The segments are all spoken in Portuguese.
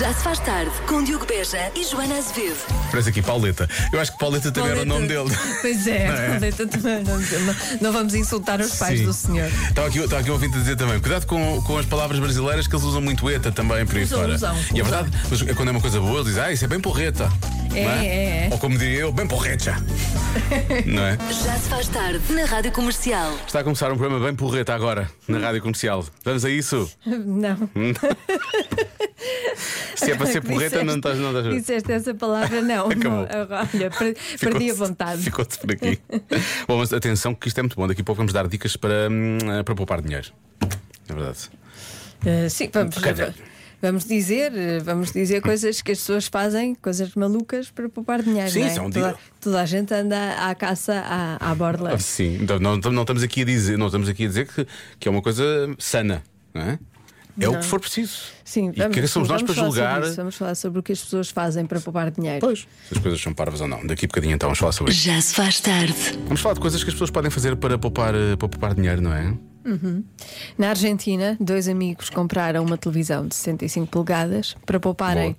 Já se faz tarde com Diogo Beja e Joana Azevedo. Parece aqui Pauleta. Eu acho que Pauleta também era o nome dele. Pois é, Pauleta também. Não, não- não vamos insultar os pais Sim. do senhor. Estava aqui, estava aqui um ouvinte a dizer também: cuidado com, com as palavras brasileiras que eles usam muito ETA também por aí Usam, fora. usam, e é usam. verdade, mas quando é uma coisa boa, eles dizem: ah, isso é bem porreta. É, não é, é. Ou como diria eu, bem porreta. não é? Já se faz tarde na Rádio Comercial. Está a começar um programa bem porreta agora, na rádio comercial. Vamos a isso? Não. Se é para ser porreta, Disseste- não estás. Não estás... Disseste essa palavra, não. Acabou. não. Olha, per- perdi a vontade. Ficou-se por aqui. bom, mas atenção, que isto é muito bom. Daqui a pouco vamos dar dicas para, hum, para poupar dinheiro. É verdade. Eh, sim, vamos. Calhar. Vamos dizer, eh, vamos dizer coisas que as pessoas fazem, coisas malucas para poupar dinheiro. Sim, um não é? são di- toda, toda a gente anda à caça à, à borla. Ah, Sim, então não, não estamos aqui a dizer, não estamos aqui a dizer que, que é uma coisa sana, não é? É o que for preciso. Sim, e quem somos nós para vamos falar julgar sobre isso, vamos falar sobre o que as pessoas fazem para poupar dinheiro. pois, se as coisas são parvas ou não. Daqui a bocadinho então vamos falar sobre isso. Já se faz tarde. Vamos falar de coisas que as pessoas podem fazer para poupar, eh, para poupar dinheiro, não é? Na Argentina, dois amigos compraram uma televisão de 65 polegadas para pouparem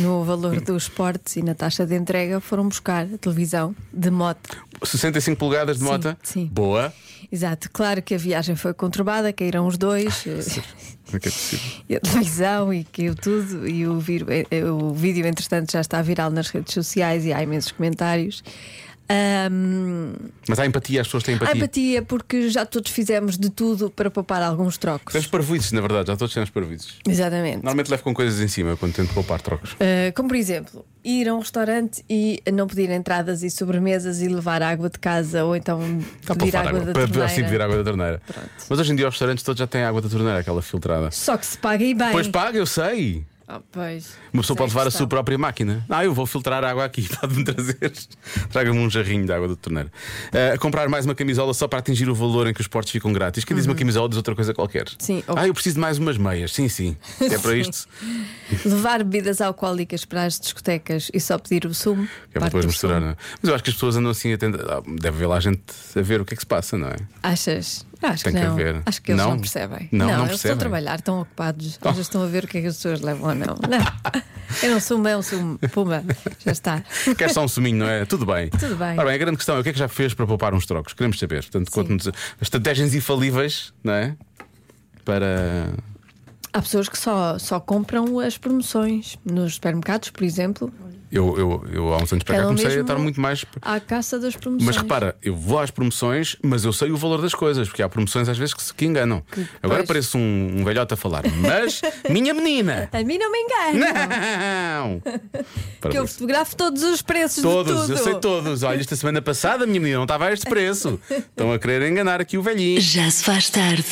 no valor dos portes e na taxa de entrega. Foram buscar a televisão de moto. 65 polegadas de Sim, mota? sim. Boa. Exato, claro que a viagem foi conturbada, caíram os dois. Como é que é possível? e a televisão e caiu tudo. E o, vir- eh, o vídeo, entretanto, já está viral nas redes sociais e há imensos comentários. Ahm, Mas há empatia, as pessoas têm há empatia. empatia, porque já todos fizemos de tudo para poupar alguns trocos. Temos parvoices, na verdade, já todos temos parvoices. Exatamente. Normalmente levo com coisas em cima quando tento poupar trocos. Uh, como por exemplo, ir a um restaurante e não pedir entradas e sobremesas e levar água de casa ou então Dá para pedir levar água, da para- assim torneira. Sim, pedir água da torneira. Mas hoje em dia os restaurantes todos já têm água da torneira, aquela filtrada. Só que se paga e bem. Pois paga, eu sei. Oh, pois. Uma pessoa Essa pode levar a questão. sua própria máquina. Ah, eu vou filtrar água aqui, pode-me trazer. Traga-me um jarrinho de água do torneiro. Ah, comprar mais uma camisola só para atingir o valor em que os portos ficam grátis. Quem diz uma camisola diz outra coisa qualquer. Uhum. Sim, ou- Ah, eu preciso de mais umas meias. Sim, sim. É para isto. Levar bebidas alcoólicas para as discotecas e só pedir o sumo. Que é para parte depois do misturar, sumo. não é? Mas eu acho que as pessoas andam assim a tentar. Ah, deve haver lá gente a ver o que é que se passa, não é? Achas? Acho Tem que que não. haver. Acho que eles não, Não? percebem. Não, não eles estão percebem. Então. a trabalhar, estão ocupados. Eles já estão a ver o que é que as pessoas levam ou não. Não. É um sumo, é um sumo. Puma, já está. Quer só um suminho, não é? Tudo bem. Tudo bem. Ora bem, a grande questão é o que é que já fez para poupar uns trocos? Queremos saber. Portanto, conte-nos estratégias infalíveis, não é? Para. Há pessoas que só, só compram as promoções nos supermercados, por exemplo, Eu, eu, eu há uns anos para cá Ela comecei a mesmo- estar muito mais. à caça das promoções. Mas repara, eu vou às promoções, mas eu sei o valor das coisas, porque há promoções às vezes que se que enganam. Agora pois. parece um, um velhote a falar, mas minha menina! A mim não me engano, Não! que eu fotografo todos os preços Todos, de tudo. eu sei todos. Olha, esta semana passada, minha menina, não estava a este preço. Estão a querer enganar aqui o velhinho. Já se faz tarde.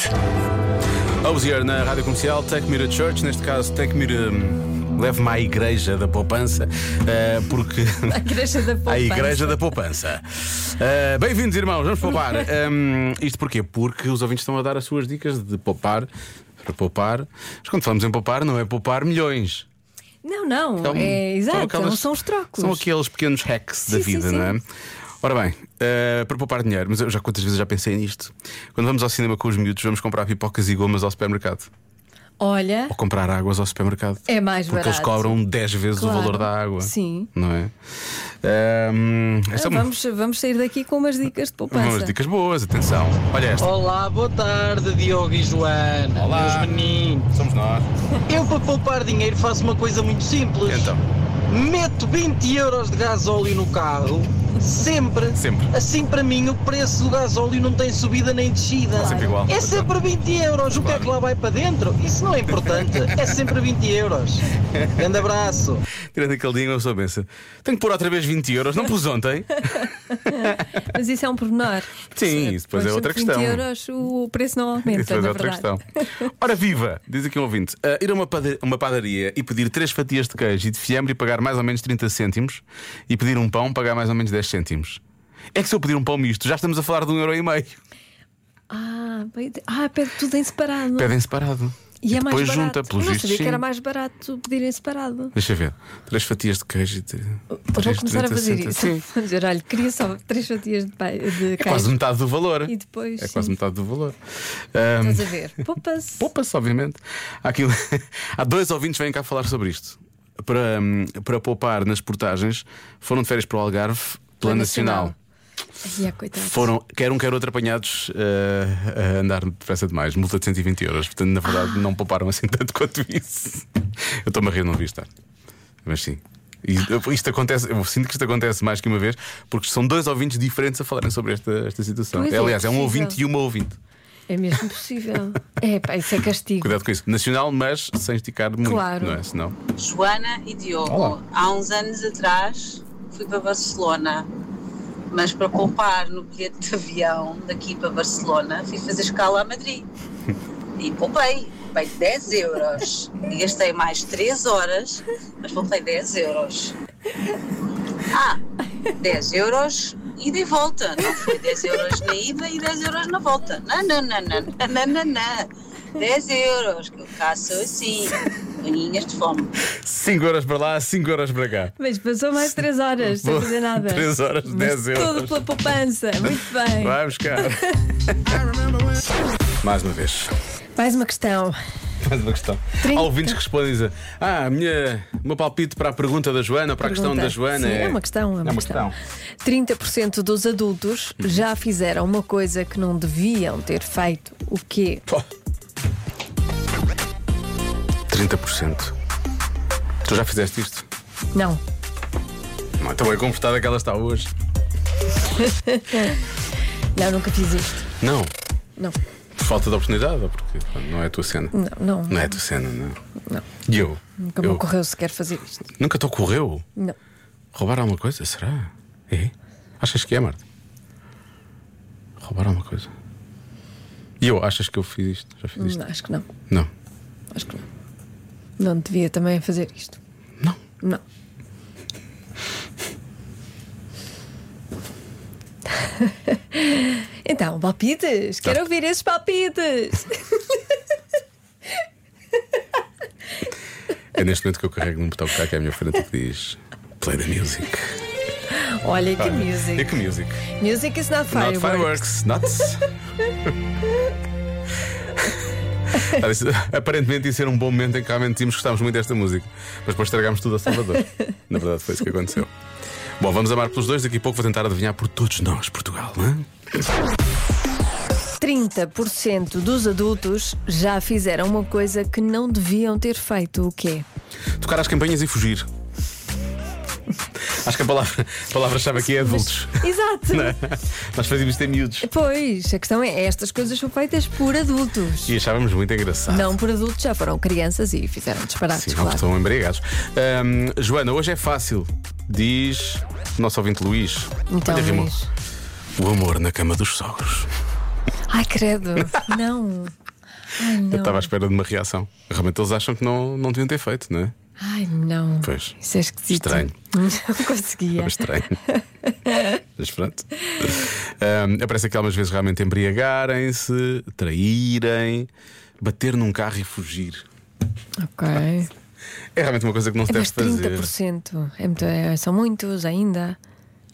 Ozier na rádio comercial, Take Me to Church, neste caso, Take Me to. hum, Leve-me à igreja da poupança, eh, porque. A igreja da poupança. A Igreja da Poupança. Uh, Bem-vindos, irmãos, vamos poupar. Um, isto porquê? Porque os ouvintes estão a dar as suas dicas de poupar, para poupar. Mas quando falamos em poupar, não é poupar milhões. Não, não, Então, é exato, não são os trocos. São aqueles pequenos hacks da Sim, sim, vida, sim. não é? Ora bem, uh, para poupar dinheiro, mas eu já quantas vezes já pensei nisto? Quando vamos ao cinema com os miúdos, vamos comprar pipocas e gomas ao supermercado. Olha, Ou comprar águas ao supermercado. É mais Porque eles barato. cobram 10 vezes Claro. o valor da água. Sim. Não é? Um, esta é uma- vamos, vamos sair daqui com umas dicas de poupança. Umas dicas boas, atenção. Olha esta. Olá, boa tarde, Diogo e Joana. Olá. Meus Oh. meninos. Somos nós. Eu, para poupar dinheiro, faço uma coisa muito simples. Então. Meto 20 euros de gasóleo no carro, sempre. Sempre. Assim, para mmim, o preço do gasóleo não tem subida nem descida. sempre igual. É sempre 20 euros. O que é que lá vai para dentro? Isso não é importante. É sempre 20 euros. Grande abraço. Tirando aquele dia, uma pessoa pensa: tenho que pôr outra vez 20 euros, não pus ontem. Mas isso é um pormenor. Sim, isso depois é Pões outra 120 questão. euros, o preço não aumenta. Isso é Então, na outra verdade. questão. Ora, viva! Diz aqui um ouvinte: ah, ir a uma, pade- uma padaria e pedir três fatias de queijo e de fiambre e pagar mais ou menos 30 cêntimos e pedir um pão, pagar mais ou menos 10 cêntimos. É que se eu pedir um pão misto, já estamos a falar de um euro e meio. Ah, bem- ah, pede tudo em separado. Pedem separado. E, é mais depois barato. junta, pelos Eu não vistos, sabia que sim. era mais barato pedir em separado. Deixa ver. Três fatias de queijo. e De... Eu vou três, começar a 30, fazer 60. isso. Sim. Vou dizer, olha, queria só três fatias de, pai- de É quase queijo. metade do valor. E depois, É sim. quase metade do valor. Ahm, Estás a ver? Poupa-se. Poupa-se, obviamente. Há, aquilo- Há dois ouvintes que vêm cá falar sobre isto. Para, hum, para poupar nas portagens, foram de férias para o Algarve, Plano plano nacional. Ai, é, coitado. Foram, quer um, quer outro, apanhados eh, a andar depressa demais, multa de 120 euros. Portanto, na verdade, Ah. não pouparam assim tanto quanto isso. Eu estou-me a rir, não vi estar. Mas sim. E eu- isto acontece, eu sinto que isto acontece mais que uma vez, porque são dois ouvintes diferentes a falarem sobre esta, esta situação. Pois é, Aliás, é um possível. ouvinte e uma ouvinte. É mesmo possível. é, pá, isso é castigo. Cuidado com isso. Nacional, mas sem esticar muito. Claro. Não é? Senão. Joana e Diogo. Olá. Há uns anos atrás fui para Barcelona, mas para poupar no bilhete de avião daqui para Barcelona, fui fazer escala a Madrid. E poupei, poupei 10 euros. E gastei mais 3 horas, mas poupei 10 euros. Ah, 10 euros ida e volta. Não foi 10 euros na ida e 10 euros na volta. Não, não, não, não, não, não, não. 10 euros, que eu cá sou assim. Maninhas de fome. 5 euros para lá, 5 euros para cá. Mas passou mais três horas sem fazer nada. 3 horas, 10 euros. Tudo pela poupança. Muito bem. Vai buscar. Mais uma vez. Mais uma questão. Mais uma questão. Trinta. Há ouvintes que respondem e dizem: Ah, a minha, o meu palpite para a pergunta da Joana, para a questão Pergunta. da Joana. Sim, é uma questão. É uma, questão. 30% dos adultos Uhum. já fizeram uma coisa que não deviam ter feito. O quê? Pô. 30%. Tu já fizeste isto? Não. Não, Estou bem confortada que ela está hoje. Não, nunca fiz isto. Não. Não. Por falta de oportunidade, ou porque pá, não é a tua cena. Não, não. Não é a tua cena, não. Não. E eu? Nunca me eu ocorreu sequer fazer isto. nunca te ocorreu? Não. Roubar alguma coisa? Será? É? Achas que é, Marta? Roubar alguma coisa? E eu, achas que eu fiz isto? Já fiz isto? Não, Acho que não. Não. Acho que não. Não devia também fazer isto. Não. Não. Então, palpites! Tá. Quero ouvir esses palpites! É neste momento que eu carrego num botão que está aqui à minha frente que diz Play the music. Olha que E music! que music? Music is not Not fireworks. fireworks, nuts. Ah, isso- Aparentemente isso era um bom momento em que realmente tínhamos gostámos muito desta música, mas depois estragámos tudo a Salvador. Na verdade foi isso que aconteceu. Bom, vamos amar pelos dois, daqui a pouco vou tentar adivinhar por todos nós, Portugal, não é? 30% dos adultos já fizeram uma coisa que não deviam ter feito. O quê? Tocar as campanhas e fugir. Acho que a palavra- a palavra-chave aqui é adultos. Exato! é? Nós fazíamos isto em miúdos. Pois, a questão é: estas coisas são feitas por adultos. E achávamos muito engraçado. Não por adultos, já foram crianças e fizeram disparates, Sim, não claro. estão embriagados. Ahm, Joana, hoje é fácil, diz o nosso ouvinte Luís. Então, Olha, rimou. Luís. O amor na cama dos sogros. Ai, credo! Não! Ai, Eu não! estava à espera de uma reação. Realmente eles acham que não, não deviam ter feito, não é? Ai, não! Pois. Isso é esquisito. Estranho. Não conseguia. Foi estranho. Mas pronto. Ahm, aparece aqui algumas vezes realmente embriagarem-se, traírem, bater num carro e fugir. Ok. É realmente uma coisa que não se É, deve mas fazer. 30%. É muito, é- são muitos ainda.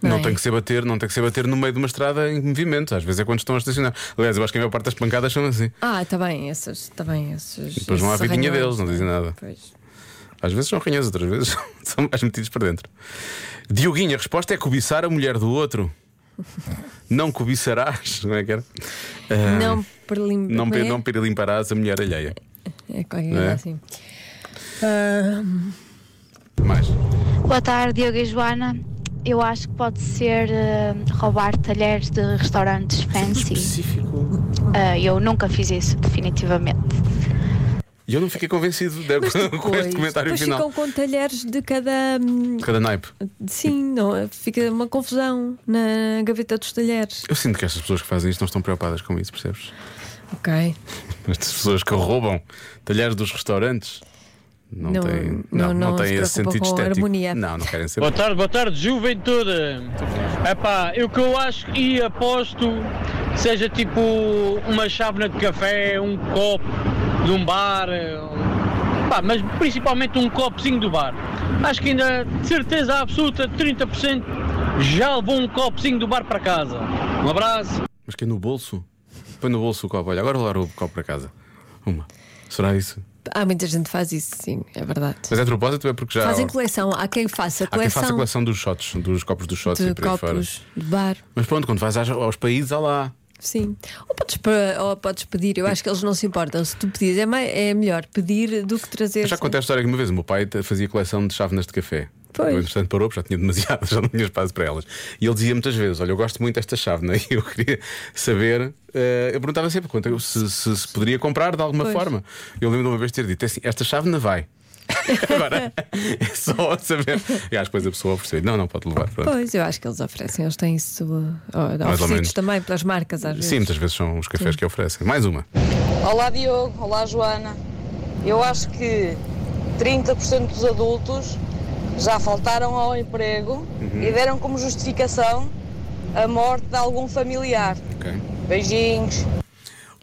Não, Não é? tem que ser bater, não tem que ser bater no meio de uma estrada em movimento. Às vezes é quando estão a estacionar. Aliás, eu acho que a maior parte das pancadas são assim. Ah, está bem, esses. Está bem, esses. Depois vão à esses vidinha arranhões. é? deles, não dizem nada. Pois. Às vezes são ranhas, outras vezes são mais metidos para dentro. Dioguinho, a resposta é cobiçar a mulher do outro. Não cobiçarás, não é que era? Ah, Não prelim... não, como pe- é? não perimparás a mulher alheia. É qualquer Não coisa é? assim. Ah, Mais. Boa tarde, Diogo e Joana. Eu acho que pode ser eh, roubar talheres de restaurantes fancy. Específico. Ah, eu nunca fiz isso, definitivamente. E eu não fiquei convencido de- mas com, depois, este comentário depois final. ficam com talheres de cada. hum, Cada naipe. Sim, não, fica uma confusão na gaveta dos talheres. Eu sinto que estas pessoas que fazem isto não estão preocupadas com isso, percebes? Ok. Estas pessoas que roubam talheres dos restaurantes não, Não- têm, não- não, não não têm se esse preocupam sentido com a estético. harmonia. Não, não querem ser. Boa tarde, boa tarde, juventude. Epá, eu que eu acho e aposto que seja tipo uma chávena de café, um copo, de um bar, eh, pá, mas principalmente um copozinho do bar. Acho que ainda, de certeza absoluta, 30% já levou um copozinho do bar para casa. Um abraço. Mas que é no bolso? Põe no bolso o copo. Olha, agora vou levar o copo para casa. Uma. Será isso? Há muita gente que faz isso, sim, é verdade. Mas é de propósito, é porque já. Fazem coleção, há quem faça Há quem coleção, faça a coleção dos shots, dos copos dos shots e de por aí fora. copos de bar. Mas pronto, quando vais aos- aos países, olha lá. Sim. Ou podes, pe- ou podes pedir, eu acho que eles não se importam. Se tu pedires, é, mai- é melhor pedir do que trazer. Eu já contei a história aqui uma vez. O meu pai te- fazia coleção de chávenas de café. Pois. Eu, entretanto, parou, porque já tinha demasiadas, já não tinha espaço para elas. E ele dizia muitas vezes: Olha, eu gosto muito desta chávena e eu queria saber. eh, eu perguntava sempre quanto eu- se, se- se poderia comprar de alguma Pois. forma. Eu lembro de uma vez ter dito: "É assim, Esta chávena vai. Agora é só saber. E às depois a pessoa ofereceu: Não, não, pode levar. Pronto. Pois, eu acho que eles oferecem, eles têm isso uh, ou menos. oferecidos também pelas marcas às Sim, vezes. muitas vezes são os cafés que oferecem. Mais uma. Olá Diogo, olá Joana. Eu acho que 30% dos adultos já faltaram ao emprego e deram como justificação a morte de algum familiar. Ok. Beijinhos.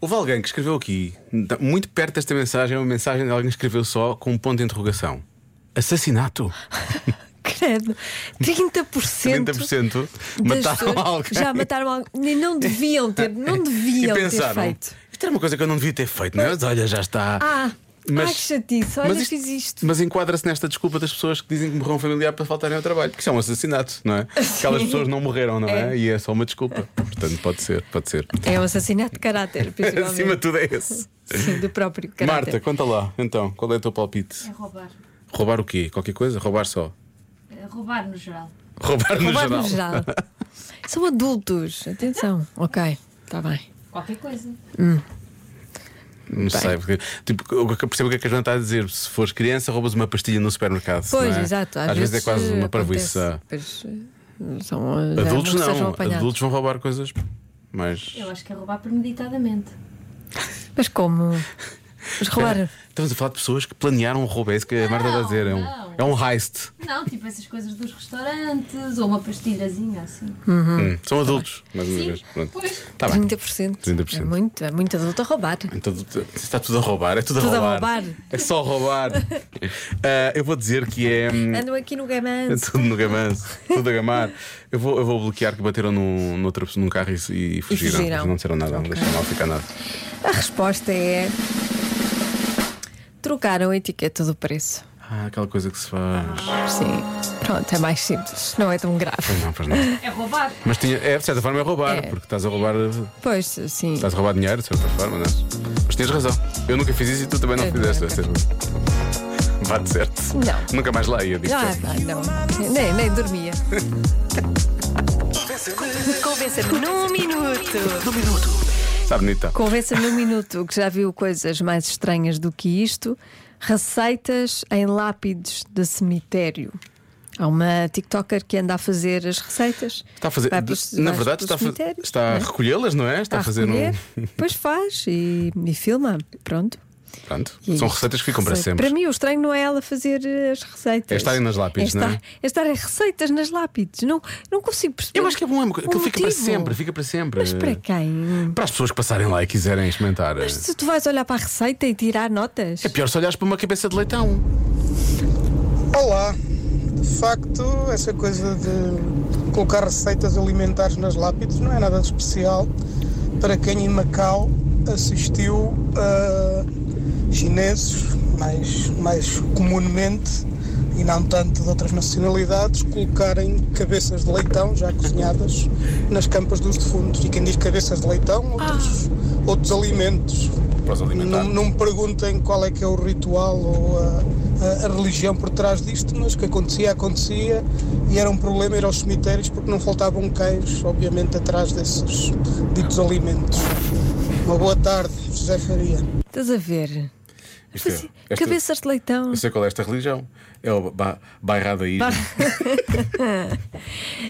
Houve alguém que escreveu aqui, da- muito perto desta mensagem, uma mensagem de alguém que escreveu só com um ponto de interrogação. Assassinato. Credo, 30%, 30% das mataram pessoas alguém. já mataram alguém. Não deviam ter, não deviam e ter pensaram, feito. Isto era uma coisa que eu não devia ter feito, não é? Mas olha, já está. Ah, ai que chatice, olha, fiz isto. Mas enquadra-se nesta desculpa das pessoas que dizem que morreram um familiar para faltarem ao trabalho, porque isso é um assassinato, não é? Aquelas pessoas não morreram, não é? E é só uma desculpa. Portanto, pode ser, pode ser. É um assassinato de caráter, principalmente. Acima de tudo é esse. Sim, do próprio caráter. Marta, conta lá, então, qual é o teu palpite? Roubar. É Roubar o quê? Qualquer coisa? Roubar só? Roubar no geral. Roubar no Roubar geral. no geral. São adultos, atenção. Ok, está bem. Qualquer coisa. Não sei, porque, tipo, eu percebo o que é que a Joana está a dizer. Se fores criança, roubas uma pastilha no supermercado. Pois, não é? exato. Às, vezes, é quase uma acontece. parvoíça. Pois, eh, são, eh, já Adultos que sejam não, apanhados. adultos vão roubar coisas, mas. Eu acho que é roubar premeditadamente. Mas como? Mas roubar. É, Estamos a falar de pessoas que planearam um roubo, é isso que a Marta está a dizer. É um, não. é um heist. Não, tipo essas coisas dos restaurantes ou uma pastilhazinha assim. Hum, São adultos, mais uma vez. Pronto. Pois. Está Tá bem. 30%. 30%. É muito, é muito adulto a roubar. Então, tu- está tudo a roubar, é tudo a Tudo a roubar. roubar. É só roubar. Ah, eu vou dizer que é. hum, Andam aqui no É gamãs. tudo no gamanço, tudo a gamar. Eu vou, eu vou bloquear que bateram num, noutra, pessoa- num carro e, e fugiram. fugiram. Eles Não disseram nada, não deixaram mal ficar nada. A resposta é. Trocaram a etiqueta do preço. Ah, aquela coisa que se faz. Sim. Pronto, é mais simples. Não é tão grave. Não, pois não. É roubar. Mas tinha, é, de certa forma é roubar, É. porque estás a roubar, Pois, sim. estás a roubar dinheiro, de certa forma, não é? Mas tens razão. Eu nunca fiz isso e tu também não Eu fizeste. nunca. essa- Bate certo. Não. Nunca mais lá ia, digo Ah, pá, não. Nem, nem dormia. Convença-me num minuto. Está bonita. Convença-me num minuto que já viu coisas mais estranhas do que isto. Receitas em lápides de cemitério. Há uma TikToker que anda a fazer as receitas. Está a fazer. Vai pelos- na vai verdade, pelos está a, fa- cemitérios, está a não é? recolhê-las, não é? Está a, fazer recolher, um. Pois faz e, e filma. Pronto. Pronto. E é São isto. receitas que ficam para Receita. sempre. Para mim, o estranho não é ela fazer eh, as receitas. É estarem nas lápides, é não é? estar- é estarem receitas nas lápides. Não, não consigo perceber. Eu acho que é bom, é uma co- o aquilo fica para motivo. sempre, fica para sempre. Mas para quem? Para as pessoas que passarem lá e quiserem experimentar. eh, Mas se tu vais olhar para a receita e tirar notas. É pior se olhares para uma cabeça de leitão. Olá! De facto, essa coisa de colocar receitas alimentares nas lápides não é nada de especial para quem em Macau assistiu a chineses, mais, mais comumente, e não tanto de outras nacionalidades, colocarem cabeças de leitão já cozinhadas nas campas dos defuntos. E quem diz cabeças de leitão, outros, outros alimentos. Para os alimentar. Não, não me perguntem qual é que é o ritual ou a, a- a religião por trás disto, mas o que acontecia, acontecia e era um problema ir aos cemitérios porque não faltavam cães, obviamente, atrás desses ditos alimentos. Uma boa tarde, José Faria. Estás a ver? Isto é- esta- Cabeças de leitão. Eu sei qual é esta religião. É o ba bairrada aí. Ba-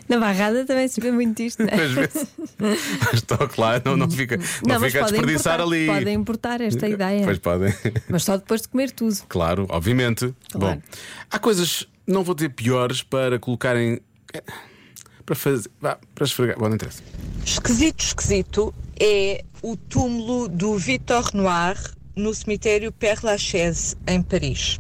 Na barrada também se vê muito isto, não é? Às vezes. Mas toque lá, não, não fica, não mas fica a podem desperdiçar importar, ali. Podem importar esta ideia. Pois podem. Mas só depois de comer tudo. Claro, obviamente. Claro. Bom, há coisas, não vou dizer piores, para colocarem. eh, Para fazer. vá, para esfregar. Bom, não interessa. Esquisito, esquisito é o túmulo do Vitor Noir no cemitério Père Lachaise, em Paris.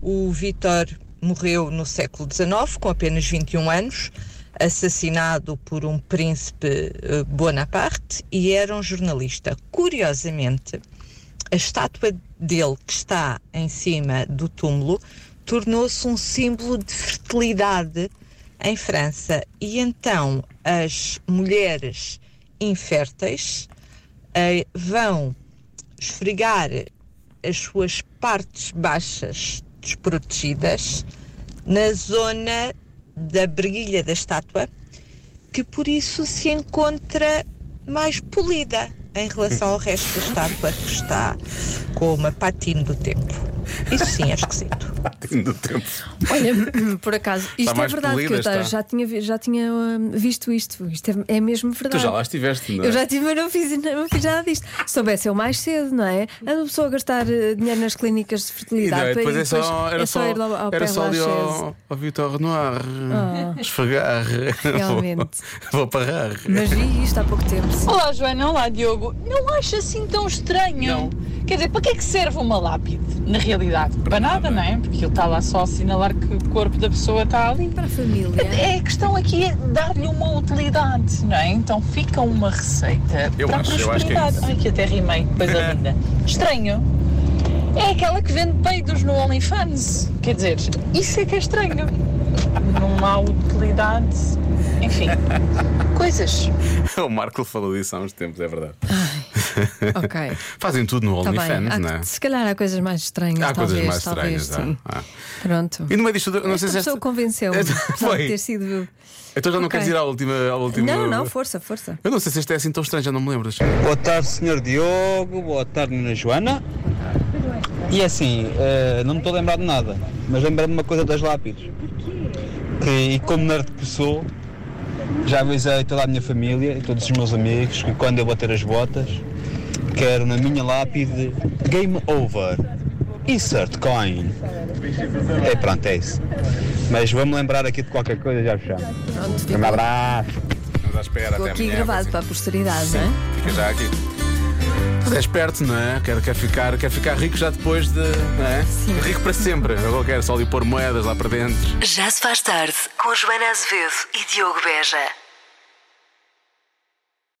Uh, o Victor morreu no século XIX, com apenas 21 anos, assassinado por um príncipe uh, Bonaparte e era um jornalista. Curiosamente, a estátua dele que está em cima do túmulo tornou-se um símbolo de fertilidade em França e então as mulheres inférteis uh, vão esfregar as suas partes baixas desprotegidas na zona da briguilha da estátua, que por isso se encontra mais polida em relação ao resto da estátua que está com uma patina do tempo. Isso sim é esquisito. patina do tempo. Olha, por acaso, isto é mais verdade polida, que eu ta- está. já tinha, vi- já tinha hum, visto isto. Isto é, é mesmo verdade. Tu já lá estiveste, não é? Eu já tive, mas não fiz, não fiz nada disto. Se soubesse eu mais cedo, não é? Anda a pessoa a gastar eh, dinheiro nas clínicas de E fertilidade. não, e para- depois e é só, era é só, ir ao, ao era Père só ali Lachaise. ao, ao Vitor Noir Ah. esfregar. Realmente. Vou, vou parar. Mas vi isto há pouco tempo. sim. Olá, Joana. Olá, Diogo. Não acho assim tão estranho? Quer dizer, para que é que serve uma lápide, na realidade? Para nada, não é? Porque ele está lá só a assinalar que o corpo da pessoa está ali. Para a família. É, a questão aqui é dar-lhe uma utilidade, não é? Então fica uma receita Eu para acho- a eu acho que é prosperidade. isso. Ai, que até rimei, coisa linda. Estranho. É aquela que vende peidos no OnlyFans. Quer dizer, isso é que é estranho. Não há utilidade. Enfim, coisas. o Marco falou disso há uns tempos, é verdade. ok. Fazem tudo no Tá bem. OnlyFans, Há- Um não é? Se calhar há coisas mais estranhas. Há talvez, coisas mais talvez, estranhas. há- sim. há. Pronto. E no meio disto, tudo, não esta sei se pessoa esta. convenceu-me. apesar de Foi. ter sido. Então já não Ok. queres ir à última. À última... Não, não, força, força. Eu não sei se este é assim tão estranho, já não me lembro. Boa tarde, Sr. Diogo. Boa tarde, Menina Joana. E é assim, eh, não me estou a lembrar de nada, mas lembro-me de uma coisa das lápides. Que, e como nerd que sou, já avisei toda a minha família e todos os meus amigos que quando eu bater as botas, quero na minha lápide Game Over. Insert coin. É pronto, é isso. Mas vou-me lembrar aqui de qualquer coisa, já vos chamo. Pronto, Um abraço. Estamos à espera ficou até aqui amanhã. gravado para a posteridade, Sim, não é? Fica já aqui. Mas é esperto, não é? Quer, quer, ficar, quer ficar rico já depois de. Não é? Rico para sempre. Eu quero só ali pôr moedas lá para dentro. Já se faz tarde com Joana Azevedo e Diogo Beja.